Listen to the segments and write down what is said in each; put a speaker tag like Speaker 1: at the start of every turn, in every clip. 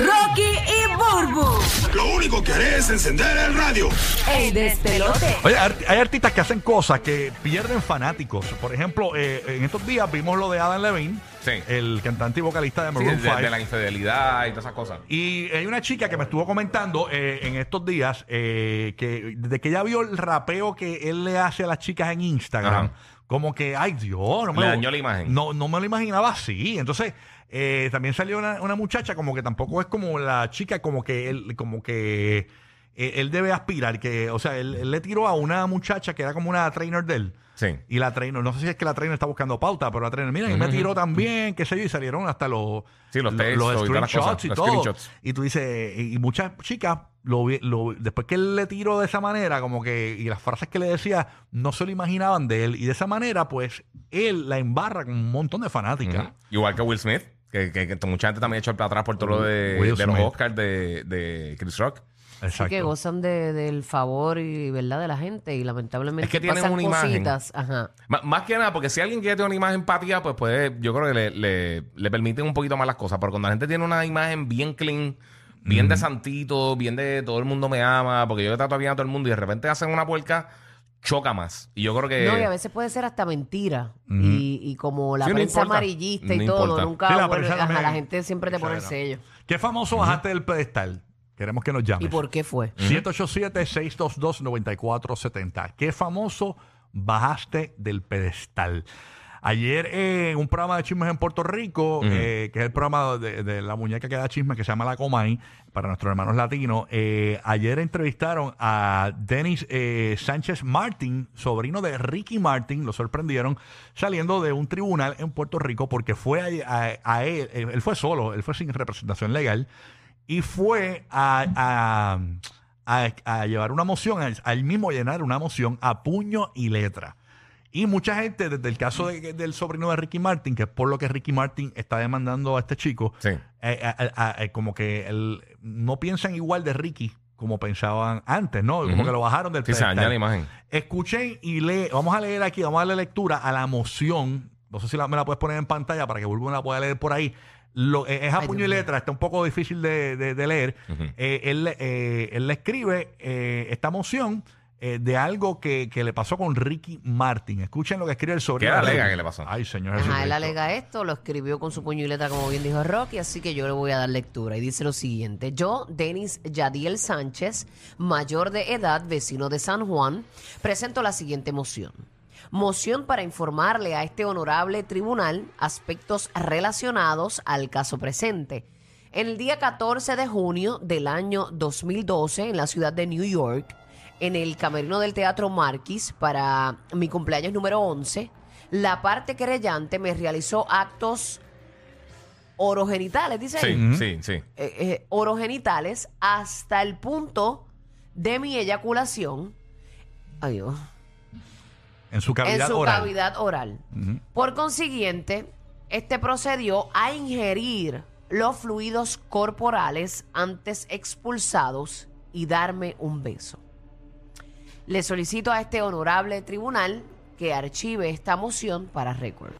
Speaker 1: Rocky y Burbu,
Speaker 2: Lo único que haré es encender el radio.
Speaker 1: el despelote.
Speaker 3: Oye, ar- hay artistas que hacen cosas que pierden fanáticos. Por ejemplo, eh, en estos días vimos lo de Adam Levine,
Speaker 4: Sí.
Speaker 3: el cantante y vocalista de
Speaker 4: Sí,
Speaker 3: Maroon
Speaker 4: de,
Speaker 3: 5.
Speaker 4: de la infidelidad y todas esas cosas.
Speaker 3: Y hay una chica que me estuvo comentando eh, en estos días eh, que desde que ella vio el rapeo que él le hace a las chicas en Instagram,
Speaker 4: Ajá.
Speaker 3: como que, ay Dios, no me
Speaker 4: Le
Speaker 3: lo-
Speaker 4: dañó la imagen.
Speaker 3: No, no me lo imaginaba así. Entonces, eh, también salió una, una muchacha como que tampoco es como la chica, como que él, como que eh, él debe aspirar, que, o sea, él, él le tiró a una muchacha que era como una trainer de él.
Speaker 4: Sí.
Speaker 3: Y la trainer, no sé si es que la trainer está buscando pauta, pero la trainer, mira, que me tiró también, qué sé yo, y salieron hasta los,
Speaker 4: Sí, los
Speaker 3: lo-
Speaker 4: textos y todas las
Speaker 3: screenshots
Speaker 4: cosas,
Speaker 3: y,
Speaker 4: los
Speaker 3: todo.
Speaker 4: screenshots.
Speaker 3: Y tú dices, y y muchas chicas, lo, vi- lo- después que él le tiró de esa manera, como que, y las frases que le decía, no se lo imaginaban de él. Y de esa manera, pues, él la embarra con un montón de fanáticas.
Speaker 4: Ujú. Igual que Will Smith, que, que- que mucha gente también ha hecho para atrás por todo lo de,
Speaker 3: Will
Speaker 4: de los
Speaker 3: Smith.
Speaker 4: Oscars de, de Chris Rock.
Speaker 3: Exacto.
Speaker 5: que gozan de- del favor y verdad de la gente y lamentablemente
Speaker 4: Es que tienen
Speaker 5: pasan
Speaker 4: una imagen.
Speaker 5: cositas ajá
Speaker 4: M- más que nada, porque si alguien quiere tener una imagen empatía, pues puede, yo creo que le, le, le permiten un poquito más las cosas. Pero cuando la gente tiene una imagen bien clean, bien de santito, bien de todo el mundo me ama, porque yo le trato bien a todo el mundo y de repente hacen una puerca, choca más. Y yo creo que.
Speaker 5: no y a veces puede ser hasta mentira
Speaker 3: Ujú.
Speaker 5: y, y como la
Speaker 4: Eh, Sí, no
Speaker 5: prensa
Speaker 4: importa.
Speaker 5: amarillista y
Speaker 4: No
Speaker 5: todo
Speaker 4: importa.
Speaker 5: nunca
Speaker 3: Sí, la
Speaker 5: la,
Speaker 3: prensa también.
Speaker 5: la gente siempre te pone el sello
Speaker 3: ¿Qué famoso bajaste del pedestal? Queremos que nos llames.
Speaker 5: y por qué fue
Speaker 3: 787-622-9470. ¿Qué famoso bajaste del pedestal? Ayer eh, en un programa de chismes en Puerto Rico, eh, que es el programa de, de la muñeca que da chismes, que se llama La Comay, para nuestros hermanos latinos, eh, ayer entrevistaron a Denis eh, Sánchez Martin, sobrino de Ricky Martin, lo sorprendieron, saliendo de un tribunal en Puerto Rico porque fue a, a- a él, él él fue solo, él fue sin representación legal y fue a, a- a- a llevar una moción, al, al mismo llenar una moción a puño y letra. Y mucha gente, desde el caso de- del sobrino de Ricky Martin, que es por lo que Ricky Martin está demandando a este chico,
Speaker 4: Sí.
Speaker 3: eh, a- a- a- como que el- no piensan igual de Ricky como pensaban antes, ¿no? Como
Speaker 4: Ujú.
Speaker 3: que lo bajaron del
Speaker 4: Sí, se daña
Speaker 3: pedestal.
Speaker 4: la imagen.
Speaker 3: Escuchen y le vamos a leer aquí, vamos a darle lectura a la moción. No sé si la- me la puedes poner en pantalla para que Bulbo me la pueda leer por ahí. Lo- eh, es a
Speaker 5: Ay,
Speaker 3: puño y
Speaker 5: Dios mío.
Speaker 3: letra, está un poco difícil de, de- de leer.
Speaker 4: Ujú.
Speaker 3: Eh, él, le- eh, él le escribe eh, esta moción eh, de algo que, que le pasó con Ricky Martin. Escuchen lo que escribe el sobrino.
Speaker 4: ¿Qué
Speaker 3: de
Speaker 4: alega
Speaker 3: Ricky.
Speaker 4: que le pasó?
Speaker 3: Ay, señor.
Speaker 5: Ajá, él
Speaker 3: Jesucristo.
Speaker 5: alega esto, lo escribió con su puño y letra, como bien dijo Rocky, así que yo le voy a dar lectura. Y dice lo siguiente: Yo, Denis Yadiel Sánchez, mayor de edad, vecino de San Juan, presento la siguiente moción. Moción para informarle a este honorable tribunal aspectos relacionados al caso presente. En el día 14 de junio del año 2012, en la ciudad de New York, en el camerino del Teatro Marquis para mi cumpleaños número 11, la parte querellante me realizó actos orogenitales, dice
Speaker 4: Sí,
Speaker 5: ahí.
Speaker 4: sí, sí.
Speaker 5: Eh, eh, orogenitales hasta el punto de mi eyaculación. Ay, Dios.
Speaker 3: En su cavidad
Speaker 5: en su
Speaker 3: oral.
Speaker 5: cavidad oral. Por consiguiente, este procedió a ingerir los fluidos corporales antes expulsados y darme un beso. Le solicito a este honorable tribunal que archive esta moción para récord.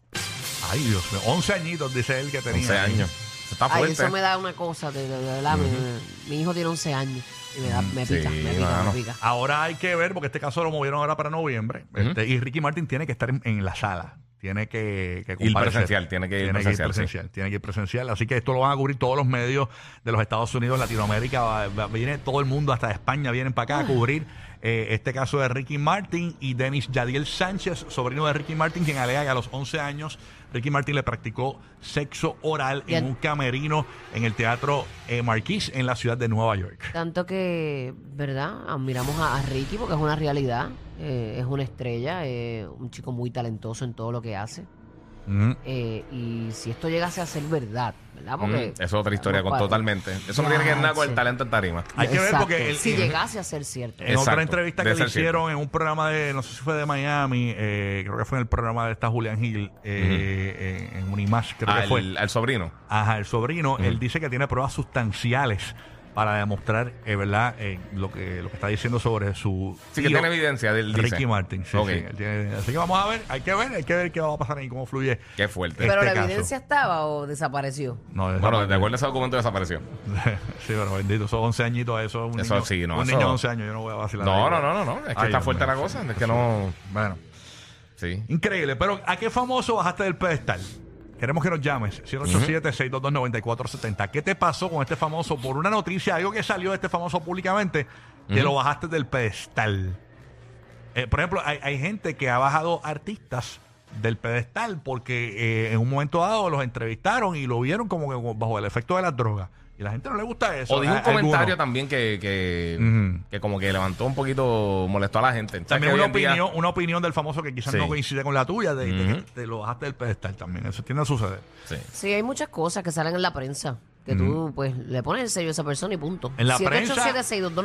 Speaker 3: Ay, Dios mío. 11 añitos, dice él que tenía.
Speaker 4: 11 años. Está
Speaker 5: Ay,
Speaker 4: fuerte.
Speaker 5: eso me da una cosa, de, de- de verdad, me- me- mi hijo tiene 11 años y me, da, me
Speaker 4: Sí,
Speaker 5: pica, me pica,
Speaker 4: mano.
Speaker 5: me pica.
Speaker 3: Ahora hay que ver, porque este caso lo movieron ahora para noviembre. este, y Ricky Martin tiene que estar en, en la sala. Tiene que, que
Speaker 4: Ir
Speaker 3: comparecer.
Speaker 4: presencial, tiene que ir presencial, sí.
Speaker 3: Tiene que ir presencial. Así que esto lo van a cubrir todos los medios de los Estados Unidos, Latinoamérica. va- va- viene todo el mundo, hasta de España, vienen para acá a cubrir eh, este caso de Ricky Martin y Denis Yadiel Sánchez, sobrino de Ricky Martin, quien alega que a los 11 años Ricky Martin le practicó sexo oral
Speaker 5: Y
Speaker 3: en
Speaker 5: al-
Speaker 3: un camerino en el teatro eh, Marquis en la ciudad de Nueva York.
Speaker 5: Tanto que, ¿verdad? Admiramos a, a Ricky porque es una realidad, eh, es una estrella, eh, un chico muy talentoso en todo lo que hace.
Speaker 3: Mm.
Speaker 5: eh, y si esto llegase a ser verdad, ¿verdad?
Speaker 4: Mm,
Speaker 5: Porque
Speaker 4: eso es otra historia
Speaker 5: no,
Speaker 4: con,
Speaker 5: para-
Speaker 4: totalmente. Eso no tiene que ver nada con el
Speaker 5: Yache.
Speaker 4: talento en tarima.
Speaker 3: Hay que ver
Speaker 5: Exacto.
Speaker 3: porque el-
Speaker 5: si
Speaker 3: el-
Speaker 5: llegase a ser cierto.
Speaker 3: En este
Speaker 4: Exacto,
Speaker 3: otra entrevista que
Speaker 4: debe
Speaker 3: le
Speaker 4: ser cierto.
Speaker 3: hicieron en un programa de, no sé si fue de Miami, eh, creo que fue en el programa de esta Julián Hill, eh, en- en Unimash, creo que
Speaker 4: Al,
Speaker 3: fue.
Speaker 4: al sobrino.
Speaker 3: Ajá, el sobrino, él dice que tiene pruebas sustanciales para demostrar, eh, ¿verdad?, eh, lo, que, lo que está diciendo sobre su.
Speaker 4: Sí, que
Speaker 3: tío,
Speaker 4: tiene evidencia del
Speaker 3: Ricky
Speaker 4: dice.
Speaker 3: Martin. Sí,
Speaker 4: Ok.
Speaker 3: sí, él tiene- así que vamos a ver, hay que ver, hay que ver qué va a pasar ahí, cómo fluye.
Speaker 4: Qué fuerte.
Speaker 5: Pero
Speaker 3: este
Speaker 5: la
Speaker 3: caso.
Speaker 5: evidencia estaba o desapareció.
Speaker 3: No, de
Speaker 4: Bueno,
Speaker 3: esa-
Speaker 4: de acuerdo ese documento desapareció.
Speaker 3: sí, pero bendito, esos 11 añitos, eso es un
Speaker 4: Eso
Speaker 3: niño.
Speaker 4: sí, no,
Speaker 3: un
Speaker 4: eso-
Speaker 3: niño de 11 años, yo no voy a vacilar.
Speaker 4: No,
Speaker 3: ahí,
Speaker 4: no,
Speaker 3: güey.
Speaker 4: no, no, no. Es que
Speaker 3: Ay,
Speaker 4: está
Speaker 3: Dios
Speaker 4: fuerte
Speaker 3: mío,
Speaker 4: la cosa.
Speaker 3: sí,
Speaker 4: Es que
Speaker 3: sí.
Speaker 4: no.
Speaker 3: Bueno.
Speaker 4: Sí.
Speaker 3: Increíble, pero ¿a qué famoso bajaste del pedestal? Queremos que nos llames, 787-622-9470. ¿Qué te pasó con este famoso? Por una noticia, algo que salió de este famoso públicamente, que lo bajaste del pedestal. Eh, por ejemplo, hay, hay gente que ha bajado artistas del pedestal porque eh, en un momento dado los entrevistaron y lo vieron como que bajo el efecto de las drogas. Y a la gente no le gusta eso.
Speaker 4: O dijo
Speaker 3: A-
Speaker 4: un comentario
Speaker 3: alguno.
Speaker 4: también que, que,
Speaker 3: Ujú.
Speaker 4: que como que levantó un poquito, molestó a la gente. ¿Sabes
Speaker 3: También
Speaker 4: que
Speaker 3: una
Speaker 4: hoy en día-
Speaker 3: opinión, una opinión del famoso que quizás
Speaker 4: Sí.
Speaker 3: no coincide con la tuya, de, de que te lo bajaste del pedestal también. Eso tiende a suceder.
Speaker 4: Sí.
Speaker 5: Sí, hay muchas cosas que salen en la prensa. Que tú, pues, le pones el sello a esa persona y punto.
Speaker 3: En la prensa-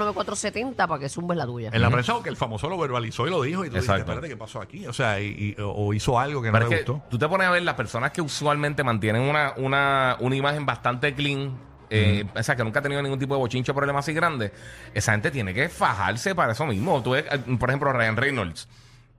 Speaker 5: 787-622-9470 para que zumbes la tuya.
Speaker 3: En la prensa, porque el famoso lo verbalizó y lo dijo. Y tú dices,
Speaker 4: Exacto.
Speaker 3: espérate, ¿qué pasó aquí? O sea, y- y- o- o hizo algo que
Speaker 4: Pero
Speaker 3: no le
Speaker 4: es que
Speaker 3: gustó.
Speaker 4: tú te pones a ver las personas que usualmente mantienen una, una, una imagen bastante clean, eh, o sea, que nunca ha tenido ningún tipo de bochincho o problema así grande, esa gente tiene que fajarse para eso mismo. Tú ves, eh, por ejemplo, Ryan Reynolds,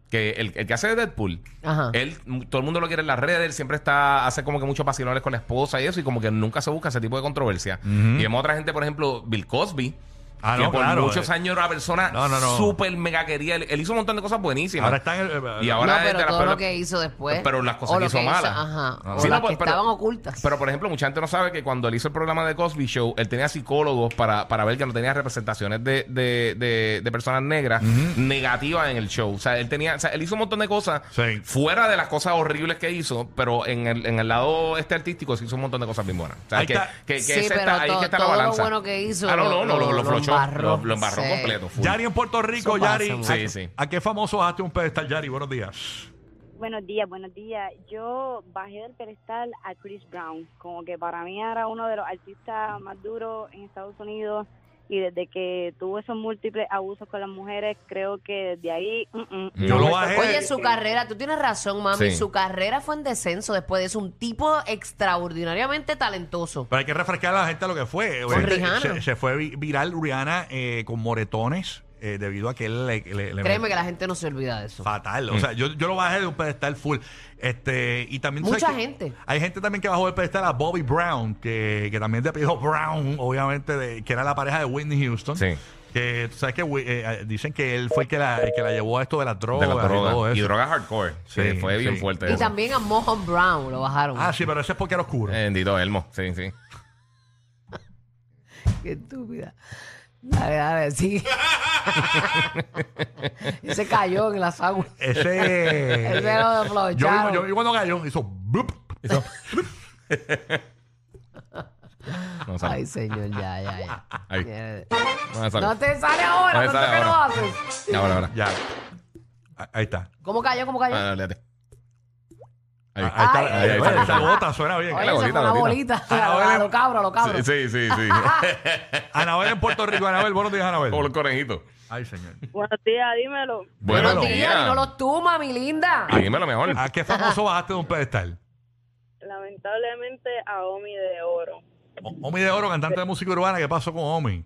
Speaker 4: que el, el que hace de Deadpool,
Speaker 5: Ajá.
Speaker 4: él, m- todo el mundo lo quiere en las redes, él siempre está, hace como que muchos vacilones con la esposa y eso, y como que nunca se busca ese tipo de controversia. Y vemos otra gente, por ejemplo, Bill Cosby.
Speaker 3: Ah,
Speaker 4: que
Speaker 3: no,
Speaker 4: por
Speaker 3: claro,
Speaker 4: muchos
Speaker 3: eh.
Speaker 4: años era una persona
Speaker 3: No, no, no.
Speaker 4: súper mega querida. Él, él hizo un montón de cosas buenísimas.
Speaker 3: Ahora está en el. eh,
Speaker 4: y
Speaker 5: no,
Speaker 4: ahora es
Speaker 5: pero
Speaker 4: de las
Speaker 5: todo lo
Speaker 4: personas-
Speaker 5: que hizo después.
Speaker 4: pero las cosas
Speaker 5: o
Speaker 4: que
Speaker 5: lo
Speaker 4: hizo malas.
Speaker 5: Ajá.
Speaker 4: No,
Speaker 5: o
Speaker 4: sí,
Speaker 5: las
Speaker 4: no,
Speaker 5: que
Speaker 4: pero-
Speaker 5: estaban ocultas.
Speaker 4: Pero, por ejemplo, mucha gente no sabe que cuando él hizo el programa de Cosby Show, él tenía psicólogos para, para ver que no tenía representaciones de, de- de- de personas negras negativas en el show. O sea, él tenía, o sea, él hizo un montón de cosas
Speaker 3: Sí.
Speaker 4: fuera de las cosas horribles que hizo, pero en el, en el lado este artístico se hizo un montón de cosas bien buenas. O sea,
Speaker 3: Ahí
Speaker 4: que,
Speaker 3: está.
Speaker 4: que- que
Speaker 5: Sí,
Speaker 4: ese
Speaker 5: pero
Speaker 4: está- ahí es
Speaker 5: to-
Speaker 4: que está la
Speaker 5: todo lo
Speaker 4: balanza.
Speaker 5: bueno que hizo
Speaker 4: Ah, no, no, no, lo, lo,
Speaker 5: lo
Speaker 4: flochó.
Speaker 5: embarró.
Speaker 4: Lo, lo embarró
Speaker 5: Sí.
Speaker 4: completo. full.
Speaker 3: eh, Yari en Puerto Rico,
Speaker 5: Eso pasa,
Speaker 3: Yari.
Speaker 5: mucho.
Speaker 3: ¿a-
Speaker 4: Sí, sí.
Speaker 3: ¿A qué famoso bajaste un pedestal, Yari? Buenos días.
Speaker 6: Buenos días, buenos días. Yo bajé del pedestal a Chris Brown, como que para mí era uno de los artistas más duros en Estados Unidos y desde que tuvo esos múltiples abusos con las mujeres, creo que desde ahí... mm, mm,
Speaker 4: Yo
Speaker 3: Yo
Speaker 4: lo
Speaker 3: lo bajé.
Speaker 5: Oye, su carrera, tú tienes razón, mami.
Speaker 4: Sí.
Speaker 5: Su carrera fue en descenso después de eso. Un tipo extraordinariamente talentoso.
Speaker 3: Pero hay que refrescar a la gente lo que fue. Obviamente,
Speaker 5: Rihanna.
Speaker 3: se, se fue vi- viral Rihanna eh, con moretones eh, debido a que él le. le- le-
Speaker 5: Créeme que la gente no se olvida de eso.
Speaker 3: Fatal.
Speaker 4: Mm.
Speaker 3: O sea, yo, yo lo bajé de un pedestal full. Este, y también ¿sabes
Speaker 5: Mucha
Speaker 3: qué?
Speaker 5: gente.
Speaker 3: Hay gente también que bajó del pedestal a Bobby Brown, que, que también te pidió Brown, obviamente, de- que era la pareja de Whitney Houston.
Speaker 4: Sí.
Speaker 3: Que tú sabes que Whit- eh, dicen que él fue el que la, el que la llevó a esto de las
Speaker 4: De
Speaker 3: drogas
Speaker 4: la
Speaker 3: y todo
Speaker 4: droga.
Speaker 3: eso.
Speaker 4: Y droga hardcore.
Speaker 3: Sí,
Speaker 4: que fue bien
Speaker 3: sí.
Speaker 4: fuerte.
Speaker 5: Y
Speaker 4: eso.
Speaker 5: también a Mohan Brown lo bajaron.
Speaker 3: Ah, sí, pero ese es porque era oscuro.
Speaker 4: Bendito Elmo. Sí, sí.
Speaker 5: Qué estúpida. Dale, dale, sí. se cayó en las aguas.
Speaker 3: Ese.
Speaker 5: Ese lo
Speaker 3: yo, vi,
Speaker 5: desflocharon.
Speaker 3: yo vi cuando cayó, hizo. blup.
Speaker 4: No sale.
Speaker 5: Ay, señor, ya, ya, ya.
Speaker 4: Ahí.
Speaker 5: Eh,
Speaker 4: No me sale.
Speaker 5: No te sale ahora,
Speaker 4: No me
Speaker 5: ¿cuánto
Speaker 4: sale
Speaker 5: que no
Speaker 4: ahora.
Speaker 5: haces?
Speaker 4: Ahora, ahora.
Speaker 3: Ya. Ah, Ahí está.
Speaker 5: ¿Cómo cayó? ¿Cómo cayó?
Speaker 4: Ah, no, léate. Ahí.
Speaker 3: Ah, Ahí está.
Speaker 4: Ay, ahí está.
Speaker 3: Esa bota suena bien.
Speaker 5: Oye,
Speaker 4: la
Speaker 5: eso fue
Speaker 4: bolita,
Speaker 5: una
Speaker 4: la bolita.
Speaker 5: bolita.
Speaker 3: Ah,
Speaker 5: A
Speaker 3: bueno.
Speaker 5: lo cabro, a lo cabro.
Speaker 4: Sí, sí, sí. sí.
Speaker 3: Anabel en Puerto Rico. Anabel, buenos días,
Speaker 4: Como los
Speaker 3: Anabel.
Speaker 4: conejitos.
Speaker 3: Ay, señor.
Speaker 6: Buenos días, dímelo.
Speaker 5: Buenos
Speaker 3: Buenos
Speaker 5: días, y no los tuma, mi linda.
Speaker 4: Dímelo mejor.
Speaker 3: ¿A qué famoso bajaste de un pedestal?
Speaker 6: Lamentablemente a Omi de Oro.
Speaker 3: O- Omi de Oro, cantante de música urbana, ¿qué pasó con Omi?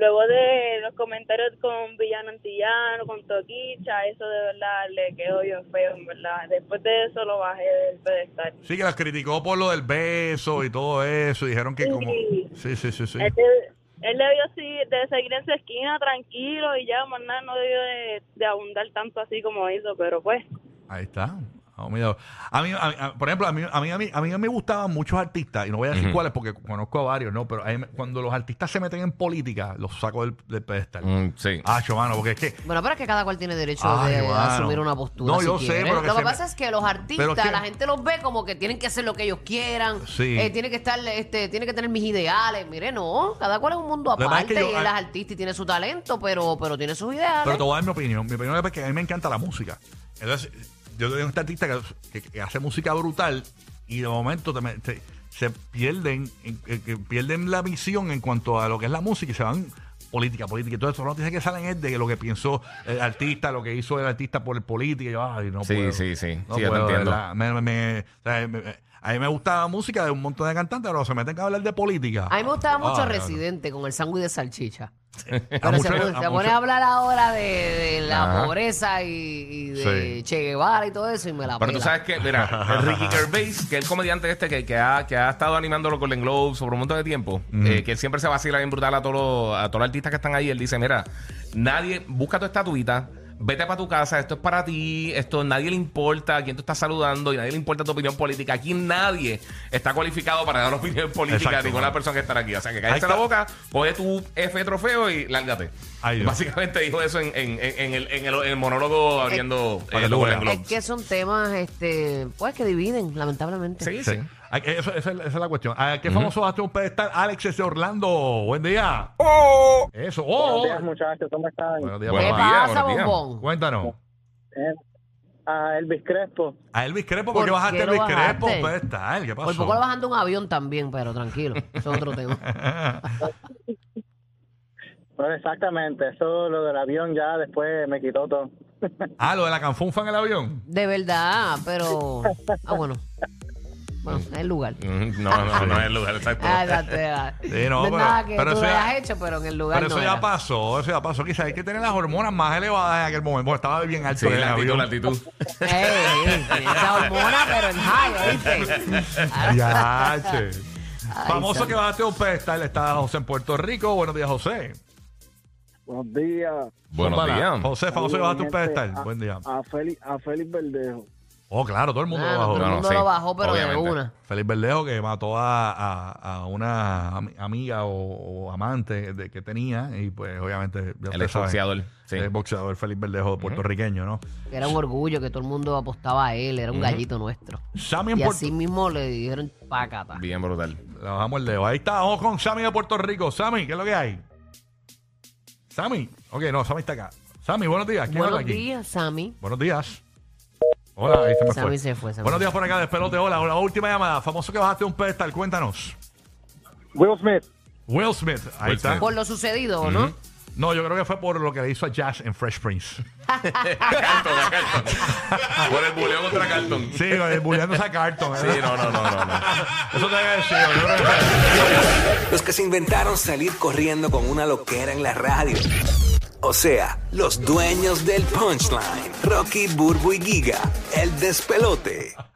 Speaker 6: Luego de los comentarios con Villano Antillano, con Toquicha, eso de verdad le quedó bien feo, en verdad. Después de eso lo bajé del pedestal.
Speaker 3: Sí, que las criticó por lo del beso y todo eso. y Dijeron que como...
Speaker 6: Sí. Eh.
Speaker 3: Sí, sí, sí, sí.
Speaker 6: Él, deb- él debió sí, de seguir en su esquina tranquilo y ya, más nada, no debió de, de abundar tanto así como hizo, pero pues.
Speaker 3: Ahí está. Ah, mira. A mí, a mí- a- por ejemplo, a mí, a, mí, a, mí, a mí me gustaban muchos artistas, y no voy a decir cuáles porque conozco a varios, ¿no? Pero a mí me- cuando los artistas se meten en política, los saco del, del pedestal.
Speaker 4: Mm, sí.
Speaker 3: Ah, mano, porque es que...
Speaker 5: Bueno, pero es que cada cual tiene derecho
Speaker 3: Ay,
Speaker 5: de
Speaker 3: mano.
Speaker 5: asumir una postura.
Speaker 3: No,
Speaker 5: si
Speaker 3: yo sé,
Speaker 5: quiere.
Speaker 3: pero que
Speaker 5: Lo
Speaker 3: se
Speaker 5: que
Speaker 3: me-
Speaker 5: pasa es que los artistas,
Speaker 3: Pero es que-
Speaker 5: la gente los ve como que tienen que hacer lo que ellos quieran.
Speaker 3: Sí.
Speaker 5: eh, tienen que estar, este, tienen que tener mis ideales. Mire, no, cada cual es un mundo
Speaker 3: que pasa es
Speaker 5: aparte
Speaker 3: que yo- ah,
Speaker 5: y él es artista y tiene su talento, pero, pero tiene sus ideales.
Speaker 3: Pero te voy a dar mi opinión. Mi opinión es que a mí me encanta la música. Entonces, yo tengo este artista que, que- que hace música brutal y de momento te me- te- se pierden, en- en- que pierden la visión en cuanto a lo que es la música y se van política, política. Entonces, todas las noticias que salen es de lo que pensó el artista, lo que hizo el artista por el política. Y yo, ay, no
Speaker 4: Sí,
Speaker 3: puedo.
Speaker 4: sí, sí.
Speaker 3: No
Speaker 4: Sí, yo te
Speaker 3: puedo, de
Speaker 4: entiendo.
Speaker 3: verdad. Me- me- o sea, me- a mí me gusta la música de un montón de cantantes, pero se meten a hablar de política.
Speaker 5: A mí me gustaba mucho
Speaker 3: Ay, ay, ay.
Speaker 5: Residente con el sándwich de salchicha.
Speaker 3: A
Speaker 5: Pero
Speaker 3: mucho-
Speaker 5: se, pone-
Speaker 3: a
Speaker 5: se pone
Speaker 3: mucho-
Speaker 5: a hablar ahora de, de la
Speaker 4: Ajá.
Speaker 5: pobreza y, y de
Speaker 3: Sí.
Speaker 5: Che Guevara y todo eso y me la
Speaker 4: Pero tú
Speaker 5: pela.
Speaker 4: sabes que, mira, el Ricky Gervais, que es el comediante este que, que ha, que ha estado animando los Golden Globes sobre un montón de tiempo, eh, que él siempre se vacila bien brutal a todos los, a todos los artistas que están ahí. Él dice, mira, nadie, busca tu estatuita, vete para tu casa, esto es para ti, esto nadie le importa a quién tú estás saludando y nadie le importa tu opinión política. Aquí nadie está cualificado para dar opinión política a
Speaker 3: Exacto.
Speaker 4: ninguna persona que está aquí. O sea, que
Speaker 3: Ahí
Speaker 4: cállate
Speaker 3: está.
Speaker 4: la boca, coge tu F trofeo y lárgate.
Speaker 3: Ahí va.
Speaker 4: Básicamente dijo eso en, en- en- en el, en el- en el monólogo abriendo
Speaker 3: para
Speaker 4: eh,
Speaker 3: que
Speaker 4: los
Speaker 3: tú
Speaker 4: Golden
Speaker 3: veas.
Speaker 4: Globes.
Speaker 5: Es que son temas, este, pues que dividen, lamentablemente.
Speaker 4: Sí,
Speaker 3: Sí.
Speaker 4: sí.
Speaker 3: Ay, eso- esa, es la- esa es la cuestión. ¿A ¿Qué famoso baste un pedestal? Alex es de Orlando. Buen día. Eso. Oh.
Speaker 7: Buenos días, muchachos, ¿cómo están?
Speaker 3: Buenos días,
Speaker 5: ¿Qué
Speaker 4: Buenos
Speaker 3: papá.
Speaker 4: días,
Speaker 5: pasa,
Speaker 4: buenos días.
Speaker 5: bombón?
Speaker 3: Cuéntanos.
Speaker 7: Eh, a Elvis Crespo.
Speaker 3: A Elvis Crespo, ¿por qué
Speaker 5: ¿Por
Speaker 3: bajaste
Speaker 5: qué
Speaker 3: a
Speaker 5: lo
Speaker 3: Elvis Crespo?
Speaker 5: bajaste?
Speaker 3: Un pedestal. ¿Qué
Speaker 5: Por poco lo
Speaker 3: pasó?
Speaker 5: bajando un avión también, pero tranquilo, eso es otro tema.
Speaker 7: Bueno, exactamente, eso lo del avión ya después me quitó todo.
Speaker 3: ah, lo de la canfunfa en el avión.
Speaker 5: De verdad, pero. Ah, bueno. Bueno, es el lugar.
Speaker 4: Mm, No, no, no es el lugar exacto.
Speaker 5: Ah, exacto, ah.
Speaker 3: Sí, no,
Speaker 5: es
Speaker 3: pero-
Speaker 5: nada que
Speaker 3: pero
Speaker 5: tú
Speaker 3: eso
Speaker 5: lo
Speaker 3: ya-
Speaker 5: hayas hecho, pero en el lugar
Speaker 3: Pero eso
Speaker 5: no
Speaker 3: ya
Speaker 5: era.
Speaker 3: pasó, eso ya pasó. Quizás hay que tener las hormonas más elevadas en aquel momento. Bueno, estaba bien alto
Speaker 4: Sí,
Speaker 3: en el
Speaker 4: la actitud,
Speaker 3: avión.
Speaker 4: la actitud.
Speaker 5: Ey, ey, tiene esa hormona, pero en high, ¿oíste?
Speaker 3: Ya, che.
Speaker 5: Ay,
Speaker 3: Famoso
Speaker 5: santo.
Speaker 3: que bajaste un pedestal. Está José en Puerto Rico. Buenos días, José.
Speaker 7: Buenos días.
Speaker 4: Buenos
Speaker 3: Zúmbala.
Speaker 4: días.
Speaker 3: José, famoso que bajaste un
Speaker 7: Gente,
Speaker 3: pedestal.
Speaker 5: Ah.
Speaker 7: a-
Speaker 3: Buen día.
Speaker 7: A Félix, a Félix Verdejo.
Speaker 3: Oh, claro, todo el mundo
Speaker 5: Ah,
Speaker 3: lo
Speaker 5: no,
Speaker 3: bajó.
Speaker 5: todo el
Speaker 4: No, no,
Speaker 5: mundo
Speaker 4: sí,
Speaker 5: lo bajó, pero
Speaker 4: obviamente.
Speaker 5: de una.
Speaker 3: Félix Verdejo que mató a, a- a una ami- amiga o, o amante de- que tenía y pues obviamente ya
Speaker 4: El
Speaker 3: ustedes saben,
Speaker 4: exboxeador, sí.
Speaker 3: el boxeador Félix Verdejo puertorriqueño, ¿no?
Speaker 5: Era un orgullo que todo el mundo apostaba a él, era un gallito nuestro.
Speaker 3: Sammy en
Speaker 5: Y
Speaker 3: Puerto
Speaker 5: así mismo le dijeron pacata.
Speaker 4: Bien brutal.
Speaker 3: La bajamos el dedo. Ahí está, vamos con Sammy de Puerto Rico. Sammy, ¿qué es lo que hay? Sammy. Ok, no, Sammy está acá. Sammy, buenos días. ¿Quién habla
Speaker 5: Buenos
Speaker 3: aquí?
Speaker 5: días, Sammy.
Speaker 3: Buenos días. Hola, ahí se me
Speaker 5: Sammy
Speaker 3: fue.
Speaker 5: se fue, Sammy.
Speaker 3: Buenos días por acá, despelote. Hola, una última llamada. Famoso que bajaste un pedestal, cuéntanos.
Speaker 7: Will Smith.
Speaker 3: Will Smith, ahí
Speaker 4: Will
Speaker 3: está.
Speaker 4: Smith.
Speaker 5: Por lo sucedido, ¿no?
Speaker 3: No, yo creo que fue por lo que le hizo a Jazz en Fresh Prince.
Speaker 4: Carlton, a Carlton. Por el buleo contra Carlton.
Speaker 3: Sí, eh, bulleándose a Carlton.
Speaker 4: Sí, no,
Speaker 3: ¿verdad?
Speaker 4: no, no, no. no.
Speaker 3: Eso te había decidido. Yo creo que fue.
Speaker 8: Los que se inventaron salir corriendo con una loquera en la radio. O sea, los dueños del punchline. Rocky, Burbu y Giga. El despelote.